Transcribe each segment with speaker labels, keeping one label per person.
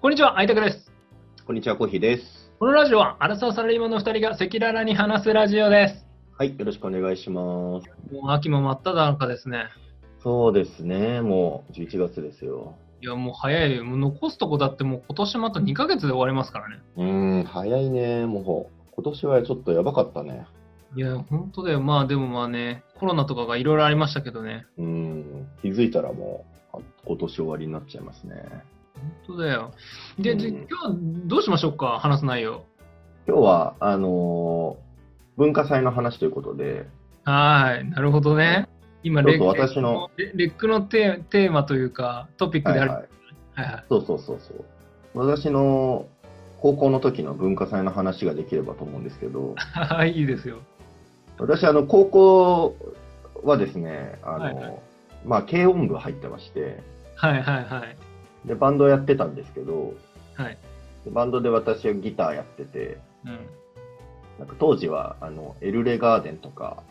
Speaker 1: こんにちは、あいたくです。
Speaker 2: こんにちは、コーヒーです。
Speaker 1: このラジオは、アラサーサラリーマンの2人が赤裸々に話すラジオで
Speaker 2: はい、よろしくお願いします。
Speaker 1: す。もう秋も真っただ中ですね。
Speaker 2: そうですね、もう11月ですよ。
Speaker 1: いや、もう早いよ。もう残すとこだってもう今年また2ヶ月で終わりますからね。
Speaker 2: うーん、早いね、もう。今年はちょっとやばかったね。
Speaker 1: いや、本当だよ。まあでもまあね、コロナとかがいろいろありましたけどね。
Speaker 2: うーん、気づいたらもう、あ今年終わりになっちゃいますね。
Speaker 1: 本当だよ。で、じゃ
Speaker 2: うん
Speaker 1: 今日どうしましょうか、話す内容。
Speaker 2: 今日は、あのー文化祭の話ということで、
Speaker 1: はーい、なるほどね。今、
Speaker 2: ちょ
Speaker 1: レ
Speaker 2: っ
Speaker 1: ッ
Speaker 2: と
Speaker 1: ク
Speaker 2: 私の
Speaker 1: レレックのテーテーマというか、トピック
Speaker 2: はい
Speaker 1: である。
Speaker 2: はい、
Speaker 1: はいはい
Speaker 2: そうそうそうそう。私の高校の時の文化祭の話ができればと思うんですけど、
Speaker 1: はい、 いいですよ。
Speaker 2: 私、あの、高校はですね、あの、
Speaker 1: はいはい
Speaker 2: まあ、軽音部入ってまして、
Speaker 1: はいはいはい。
Speaker 2: でバンドやってたんですけど
Speaker 1: はい。
Speaker 2: でバンドで私はギターやってて
Speaker 1: うん
Speaker 2: なんか当時はあのエルレガーデンとか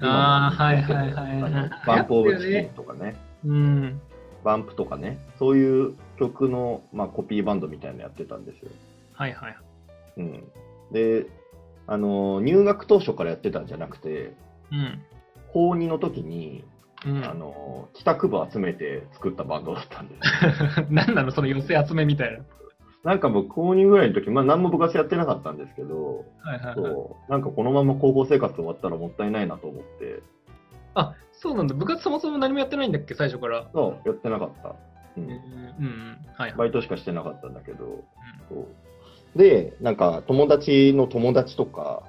Speaker 1: あー
Speaker 2: 今もやってる
Speaker 1: はいはいはいはい
Speaker 2: あのバンプ・オブ・チキンとかね
Speaker 1: うん。
Speaker 2: バンプとかねそういう曲の、まあ、コピーバンドみたいなのやってたんですよ、
Speaker 1: はいはい。
Speaker 2: うん、であの入学当初からやってたんじゃなくて
Speaker 1: うん。
Speaker 2: 高2の時に
Speaker 1: うん。
Speaker 2: あの帰宅部集めて作ったバンドだったんです
Speaker 1: 何なのその寄せ集めみたいな。
Speaker 2: なんか僕高2ぐらいの時、まあ、何も部活やってなかったんですけど
Speaker 1: はい はいはい。
Speaker 2: そうなんかこのまま高校生活終わったらもったいないなと思って
Speaker 1: あ、そうなんだ。部活そもそも何もやってないんだっけ最初から。
Speaker 2: そうやってなかった、う
Speaker 1: うん
Speaker 2: ん、
Speaker 1: うん。はいはい。
Speaker 2: バイトしかしてなかったんだけどそうでなんか友達の友達とか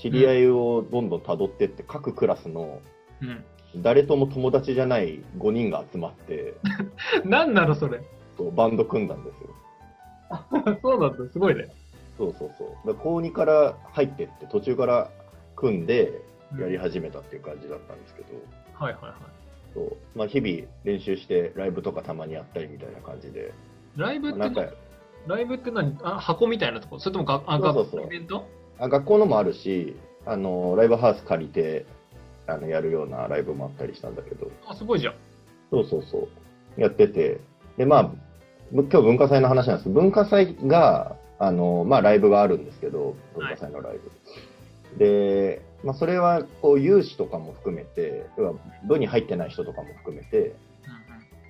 Speaker 2: 知り合いをどんどん辿ってって各クラスの
Speaker 1: うん。
Speaker 2: 誰とも友達じゃない5人が集ま って
Speaker 1: 何なのそれ。
Speaker 2: そうバンド組んだんですよ
Speaker 1: そうなんだ。すごいね。
Speaker 2: そうそうそうだから高2から入ってって途中から組んでやり
Speaker 1: は
Speaker 2: 始めたっていう感じだったんですけど、
Speaker 1: いはいはい。
Speaker 2: そうまあ、日々練習してライブとかたまにやったりみたいな感じで
Speaker 1: ライブっ
Speaker 2: なんか
Speaker 1: て、ライブって何あ箱みたいなとこそれともがあ
Speaker 2: そう
Speaker 1: 学
Speaker 2: そうそう
Speaker 1: 校のイベント
Speaker 2: あ学校のもあるしあのライブハウス借りてあのやるようなライブもあったりしたんだけど
Speaker 1: あ、すごいじゃん。
Speaker 2: そうそうそうやっててでまあぶ今日文化祭の話なんですけど文化祭があの、まあ、ライブがあるんですけど文化祭のライブ、で、まあ、それはこう有志とかも含めて要は部に入ってない人とかも含めて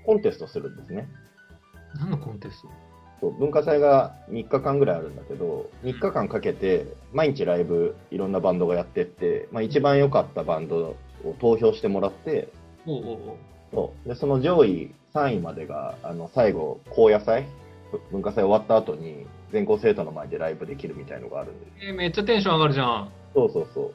Speaker 2: コンテストするんですね
Speaker 1: 何のコンテスト
Speaker 2: そう文化祭が3日間ぐらいあるんだけど3日間かけて毎日ライブいろんなバンドがやってって、まあ、一番良かったバンドを投票してもらって
Speaker 1: おうおうおう
Speaker 2: そうでその上位3位までがあの最後高野祭ぶ文化祭終わった後に全校生徒の前でライブできるみたいのがあるんです
Speaker 1: えーめっちゃテンション上がるじゃん。
Speaker 2: そうそうそう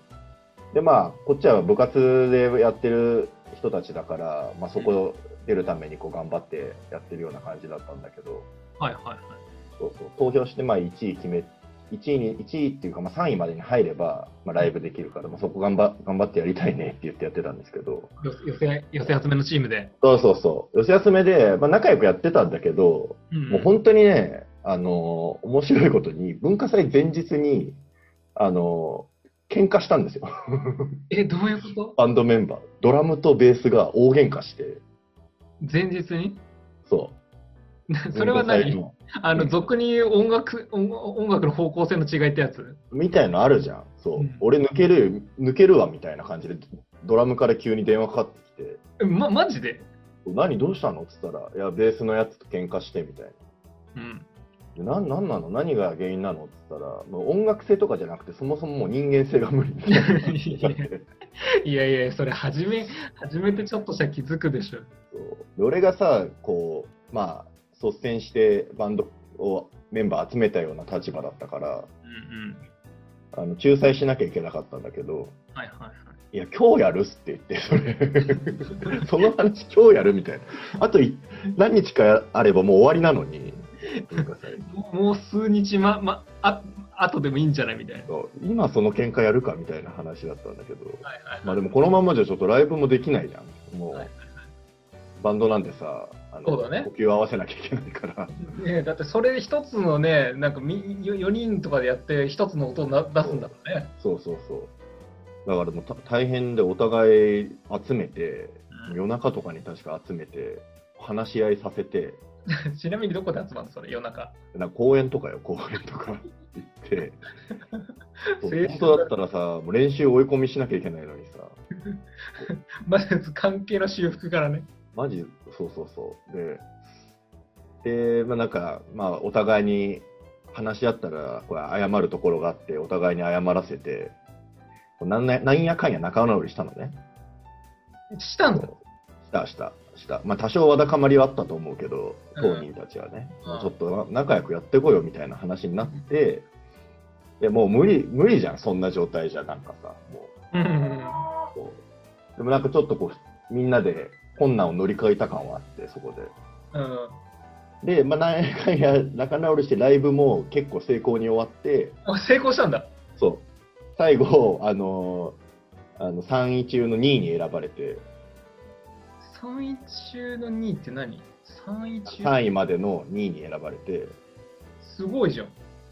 Speaker 2: でまあこっちは部活でやってる人たちだから、まあ、そこ出るためにこう頑張ってやってるような感じだったんだけど、
Speaker 1: はいはいはい。
Speaker 2: そうそう投票してまあ1位決め1位に1位っていうかまあ3位までに入ればまあライブできるから、まあ、そこ頑張頑張ってやりたいねって言ってやってたんですけど
Speaker 1: 寄せ寄せ寄せ集めのチームで。
Speaker 2: そうそうそう寄せ集めで、まあ、仲良くやってたんだけど、
Speaker 1: うん
Speaker 2: もう本当にねあのー面白いことに文化祭前日にあのー喧嘩したんですよ
Speaker 1: え、どういうこと
Speaker 2: バンドメンバードラムとベースが大喧嘩して
Speaker 1: 前日に
Speaker 2: そ
Speaker 1: な
Speaker 2: う
Speaker 1: それは
Speaker 2: 文化祭
Speaker 1: 何
Speaker 2: の
Speaker 1: あの俗に言う音楽音音楽の方向性の違いってやつ
Speaker 2: みたいのあるじゃん。そう。
Speaker 1: うん
Speaker 2: 俺抜けるよ、抜けるわみたいな感じで、ドラムから急に電話かかってきて、
Speaker 1: えま、マジで
Speaker 2: 何どうしたのって言ったら、いや、ベースのやつと喧嘩してみたいな。
Speaker 1: うん。
Speaker 2: でなんなんなの何が原因なのって言ったら、もう音楽性とかじゃなくて、そもそももう人間性が無理みたいな感じになって
Speaker 1: いやいや、それ初め、初めてちょっとしたら気づくでしょ。
Speaker 2: そうで俺がさ、こう、まあ、率先してバンドをメンバー集めたような立場だったから、
Speaker 1: うんうん。
Speaker 2: あの仲裁しなきゃいけなかったんだけど、
Speaker 1: はいはいはい
Speaker 2: や、今日やるっすって言って、それ、その話、今日やるみたいな、あとい何日かあればもう終わりなのに、文化祭
Speaker 1: い。もうもう数日ま、ま、あ、後でもいいんじゃないみたいな。
Speaker 2: そう今その喧嘩やるかみたいな話だったんだけど、
Speaker 1: はいはいはい。
Speaker 2: まあでもこのままじゃちょっとライブもできないじゃん、も
Speaker 1: はいはいう
Speaker 2: バンドなんでさ、あの
Speaker 1: そうだね
Speaker 2: 呼吸合わせなきゃいけない から、
Speaker 1: ねえだってそれ一つのね、なんかみよ4人とかでやって一つの音をな出すんだからね。
Speaker 2: そうそうそう、だからもうた大変でお互い集めて、
Speaker 1: うん
Speaker 2: 夜中とかに確か集めて、話し合いさせて、
Speaker 1: ちなみにどこで集まるのそれ、夜中。
Speaker 2: なんか公園とかよ、公園とか行 って、そ
Speaker 1: 青
Speaker 2: う
Speaker 1: 春
Speaker 2: 本当だったらさ、もう練習追い込みしなきゃいけないのにさ、
Speaker 1: まず関係の修復からね。
Speaker 2: マジ、そうそうそう。で、でまあ、なんか、まあ、お互いに話し合ったら、これ謝るところがあって、お互いに謝らせて、こうなんななんやかんや仲直りしたのね。
Speaker 1: したの
Speaker 2: したしたした、まあ、多少わだかまりはあったと思うけど
Speaker 1: うん
Speaker 2: 当人たちはね、
Speaker 1: うん
Speaker 2: もうちょっとな仲良くやってこいよみたいな話になって、でもう無理無理じゃんそんな状態じゃなんかさも
Speaker 1: うんうん
Speaker 2: うこうでもなんかちょっとこうみんなで困難を乗り越えた感はあってそこ
Speaker 1: うん。うん。
Speaker 2: でで、まあ、何やかんや仲直りしてライブも結構成功に終わって
Speaker 1: あ成功したんだ。
Speaker 2: そう最後あのーあの3位中の2位に選ばれて
Speaker 1: 3位中の2位って何 ?3 位中
Speaker 2: 3位までの2位に選ばれて
Speaker 1: すごいじゃん。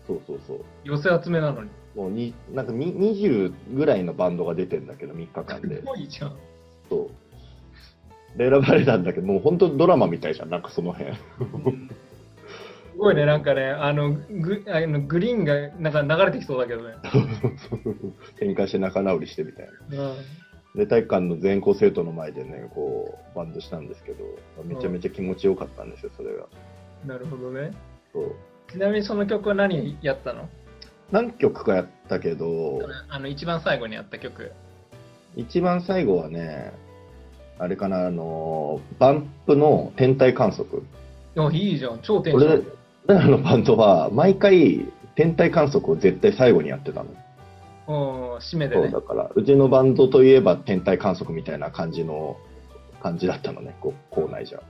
Speaker 2: そうそうそう
Speaker 1: 寄せ集めなのに。
Speaker 2: もうになんかに20ぐらいのバンドが出てんだけど、3日間
Speaker 1: す
Speaker 2: で。
Speaker 1: ごいじゃん。
Speaker 2: そうで、選ばれたんだけど、もう本当ドラマみたいじゃん、なんかその辺。
Speaker 1: すごいね、なんかね、あの、グあのグリーンがなんか流れてきそうだけどね。
Speaker 2: 転換して仲直りしてみたいな。
Speaker 1: うん
Speaker 2: で、体育館の全校生徒の前でね、こう、バンドしたんですけど、めちゃめちゃ気持ちよかったんですよ、それが。
Speaker 1: なるほどね。
Speaker 2: そう
Speaker 1: ちなみにその曲は何やったの
Speaker 2: 何曲かやったけど、
Speaker 1: あの一番最後にやった曲。
Speaker 2: 一番最後はね、あれかな、あの、バンプの天体観測。
Speaker 1: あいいじゃん、超テンシ
Speaker 2: 俺
Speaker 1: ョ
Speaker 2: ら
Speaker 1: ン。
Speaker 2: 俺らのバンドは、毎回、天体観測を絶対最後にやってたの。
Speaker 1: うん、締めで
Speaker 2: そう
Speaker 1: ね
Speaker 2: だ。から、うちのバンドといえば天体観測みたいな感じの感じだったのね、こう校内じゃ。だ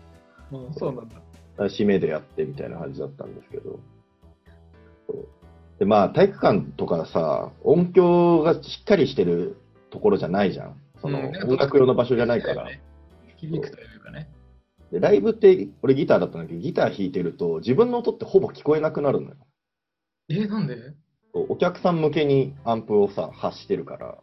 Speaker 1: うん、そうなんだ。
Speaker 2: から締めでやってみたいな感じだったんですけど。そうで、まあ、体育館とかさ、音響がしっかりしてるところじゃないじゃん。その、
Speaker 1: うんなんか
Speaker 2: 音楽用の場所じゃないから。
Speaker 1: 響くというかね。
Speaker 2: でライブって、俺ギターだったんだけど、ギター弾いてると、自分の音ってほぼ聞こえなくなるのよ。
Speaker 1: え、なんで聞
Speaker 2: そうお客さん向けにアンプをさ、発してるから。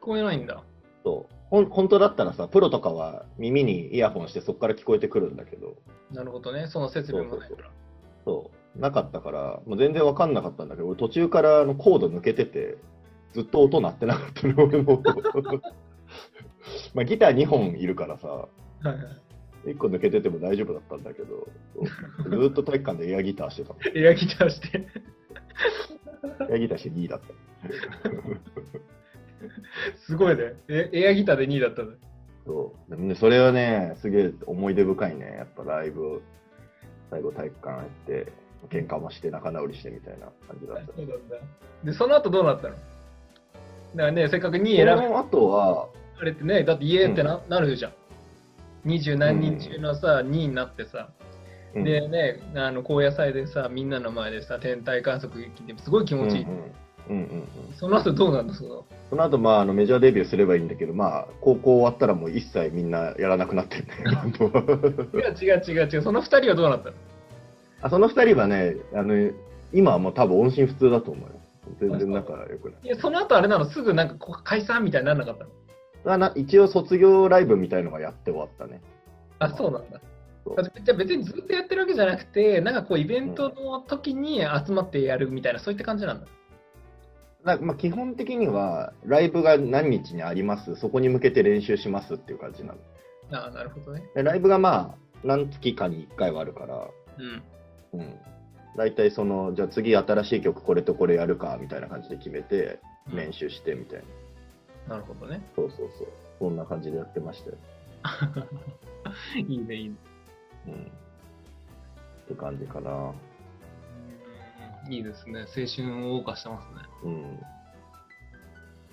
Speaker 1: こえないんだ。
Speaker 2: そうほん本当だったらさプロとかは耳にイヤホンしてそこから聞こえてくるんだけど
Speaker 1: なるほどね、その設備もないから。
Speaker 2: そうなかったからもう全然分かんなかったんだけど俺途中からあのコード抜けててずっと音鳴ってなかったの俺も まあギター2本いるからさ
Speaker 1: はいはい
Speaker 2: 1個抜けてても大丈夫だったんだけどそうずっと体育館でエアギターしてたの
Speaker 1: エアギターして、
Speaker 2: エアギターして2位だった
Speaker 1: すごいね。えエアギターで2位だったの。
Speaker 2: そうでもねそれはねすげえ思い出深いねやっぱライブを最後体育館行って喧嘩もして仲直りしてみたいな感じだった
Speaker 1: そうなんだ。で、その後どうなったのだからね、せっかく2位選
Speaker 2: そ
Speaker 1: ば
Speaker 2: の後は、
Speaker 1: れてね、だって家ってな,、なるじゃん。二十何人中のさ、2位になってさ、
Speaker 2: うん
Speaker 1: でね、あの高野菜でさ、みんなの前でさ、天体観測聞いて、すごい気
Speaker 2: うん
Speaker 1: 持
Speaker 2: うん
Speaker 1: ちいい。
Speaker 2: うんうんうん
Speaker 1: その後どうなんだ、そ の。
Speaker 2: その後、まあ、あのメジャーデビューすればいいんだけど、まあ、高校終わったらもう一切みんなやらなくなってるねあ の
Speaker 1: 違う違う違う違う、その2人はどうなったの
Speaker 2: あその二人はねあの、今はもう多分音信不通だと思うよ。全然仲良くない。
Speaker 1: いやその後あれなの、すぐなんかこう解散みたいにならなかったの。
Speaker 2: あな一応卒業ライブみたいのがやって終わったね。
Speaker 1: あ、そうなんだ
Speaker 2: そう。
Speaker 1: あじゃあ別にずっとやってるわけじゃなくて、なんかこうイベントの時に集まってやるみたいな、そういった感じなんだ。
Speaker 2: なまあ、基本的には、ライブが何日にあります、そこに向けて練習しますっていう感じなの。
Speaker 1: ああ、なるほどね。
Speaker 2: でライブがまあ、何月かに1回はあるから、
Speaker 1: うん。
Speaker 2: うん、大体そのじゃあ次新しい曲これとこれやるかみたいな感じで決めて練習してみたいな、
Speaker 1: なるほどね。
Speaker 2: そうそうそうそんな感じでやってましたよ、
Speaker 1: いいね、いいね。
Speaker 2: うん、って感じかな
Speaker 1: うんいいですね。青春を謳歌してますね。
Speaker 2: うん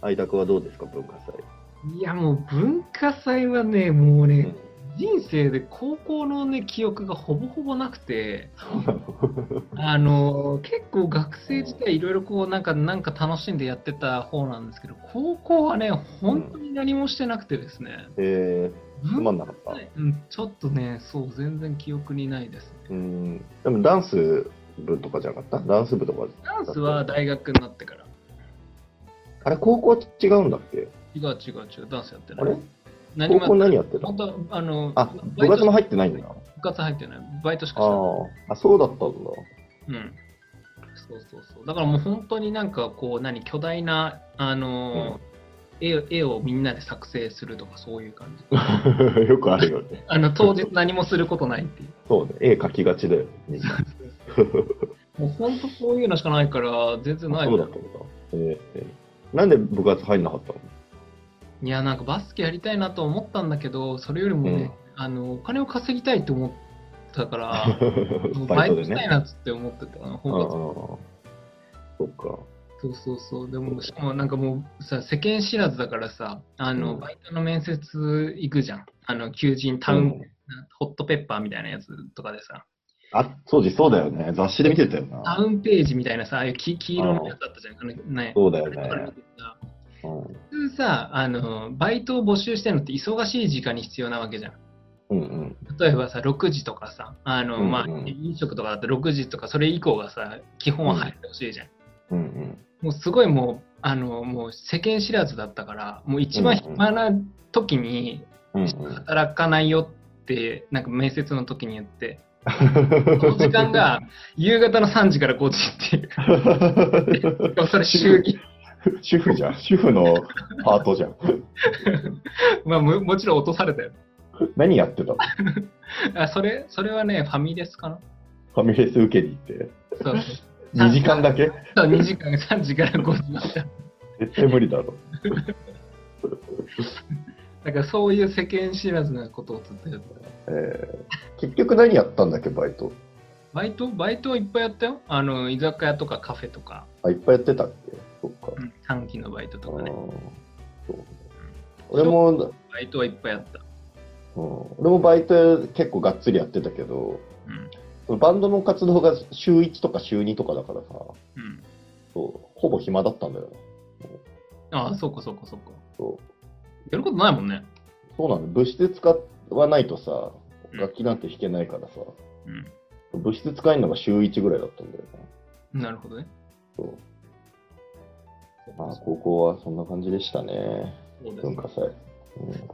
Speaker 2: 相田君はどうですか文化祭、
Speaker 1: いや、もう文化祭はね、もう
Speaker 2: う
Speaker 1: ね
Speaker 2: ん、、
Speaker 1: 人生で高校のね、記憶がほぼほぼなくて、
Speaker 2: そうなの
Speaker 1: あの結構学生時代いろいろこうなんかなんか楽しんでやってた方なんですけど高校はね本当に何もしてなくてですね、
Speaker 2: えー、つま
Speaker 1: うん
Speaker 2: んなかった、
Speaker 1: うん、ちょっとねそう全然記憶にないです
Speaker 2: うんでもダンス部とかじゃなかったダンス部とか
Speaker 1: ダンスは大学になってから
Speaker 2: あれ高校違うんだっけ
Speaker 1: 違う違う違うダンスやってな
Speaker 2: あれ
Speaker 1: い何
Speaker 2: 高
Speaker 1: も
Speaker 2: 校何やってた
Speaker 1: 本当あの
Speaker 2: あ部活も入ってないんだな
Speaker 1: 活入ってない。バイトしか
Speaker 2: あ
Speaker 1: してない。
Speaker 2: あ、あ、そうだったんだ。
Speaker 1: うん。そうそうそう。だからもう本当になんかこう、何、巨大な、あのー絵絵をみんなで作成するとかそういう感じ。
Speaker 2: よくあるよね。
Speaker 1: あの当日何もすることないっていう。
Speaker 2: そうね、絵描きがちだよね、みん な。
Speaker 1: もう本当そういうのしかないから、全然ない
Speaker 2: そうだったんだ。えーえーなんで部活入んなかったの
Speaker 1: いや、なんかバスケやりたいなと思ったんだけど、それよりもね、あのお金を稼ぎたいと思ったから、もうバ
Speaker 2: バイ
Speaker 1: イ
Speaker 2: ト
Speaker 1: ト
Speaker 2: で
Speaker 1: したい
Speaker 2: ね。
Speaker 1: なっつって思ってたの、
Speaker 2: ああ
Speaker 1: 本当
Speaker 2: そっか。
Speaker 1: そうそうそう、でも、しかもなんかもうさ、世間知らずだからさ、あの、
Speaker 2: うん
Speaker 1: バイトの面接行くじゃん。あの、求人タウン、ホットペッパーみたいなやつとかでさ、
Speaker 2: あ、当時そうだよね。雑誌で見てたよ
Speaker 1: タ
Speaker 2: な。
Speaker 1: ウンページみたいなさ、ああいう黄黄色のやつだったじゃん。あのね、
Speaker 2: そうだよ
Speaker 1: あれと
Speaker 2: ね
Speaker 1: か。見てさ
Speaker 2: うん
Speaker 1: 普通さあの、バイトを募集してるのって忙しい時間に必要なわけじゃん。
Speaker 2: うんうん。
Speaker 1: 例えばさ、6時とかさ、あの、
Speaker 2: うんうん
Speaker 1: まあ、飲食とかだと6時とかそれ以降がさ、基本は入ってほしいじゃん。
Speaker 2: うんうん。
Speaker 1: もうすごいもう、あの、もう世間知らずだったから、もう一番暇な時に
Speaker 2: うんうん
Speaker 1: 働かないよって、なんか面接の時に言って、その時間 が夕方の3時から5時っていう。でもそれ週 に、
Speaker 2: 主婦じゃん。主婦のパートじゃん。
Speaker 1: まあも、もちろん落とされたよ。
Speaker 2: 何やってたの
Speaker 1: あそれ、それはね、ファミレスかな。
Speaker 2: ファミレス受けに行って。
Speaker 1: そう、
Speaker 2: 2時間だけ
Speaker 1: そう2時間、3時から5時まで。
Speaker 2: 絶対無理だろ。
Speaker 1: だからそういう世間知らずなことをずっとやってた。
Speaker 2: えー結局何やったんだっけ、バイト。
Speaker 1: バイトバイトはいっぱいやったよ。あの、居酒屋とかカフェとか、
Speaker 2: あ、いっぱいやってたっけそっか。
Speaker 1: うん短期のバイト
Speaker 2: あ
Speaker 1: と
Speaker 2: ー
Speaker 1: かね。
Speaker 2: そうね俺も、
Speaker 1: バイトはいっぱいやった。
Speaker 2: うん、俺もバイト結構がっつりやってたけど、
Speaker 1: うん。
Speaker 2: バンドの活動が週1とか週2とかだからさ、
Speaker 1: うん。
Speaker 2: そうほぼ暇だったんだよね。
Speaker 1: ああ、そうかそうかそうか。
Speaker 2: そう
Speaker 1: やることないもんね。
Speaker 2: そうなんだ物質使わないとさ、
Speaker 1: うん
Speaker 2: 楽器なんて弾けないからさ、
Speaker 1: う
Speaker 2: 物質使えるのが週1ぐらいだったんだよね。
Speaker 1: ん。なるほどね。
Speaker 2: そう
Speaker 1: そう
Speaker 2: ま
Speaker 1: か
Speaker 2: あ、
Speaker 1: そう
Speaker 2: 高校はそんな感じでしたね、
Speaker 1: そうです
Speaker 2: 文化祭。うん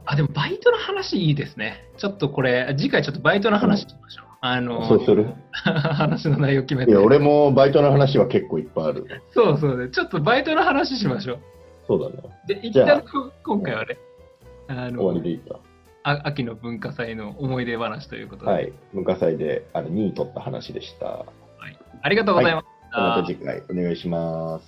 Speaker 1: あ、でもバイトの話いいですね。ちょっとこれ、次回ちょっとバイトの話しましょう。あの、
Speaker 2: そうする
Speaker 1: 話の内容決め
Speaker 2: い
Speaker 1: て。
Speaker 2: や、俺もバイトの話は結構いっぱいある。
Speaker 1: そうそうね。ちょっとバイトの話しましょう。
Speaker 2: そうだね。
Speaker 1: で、一
Speaker 2: じゃあ
Speaker 1: 旦こ今回はね、あ
Speaker 2: 終わ
Speaker 1: の
Speaker 2: りでいいか。
Speaker 1: あ、秋の文化祭の思い出話ということで。
Speaker 2: はい。文化祭であの2位取った話でした。
Speaker 1: ありがとうございました。
Speaker 2: また次回お願いします。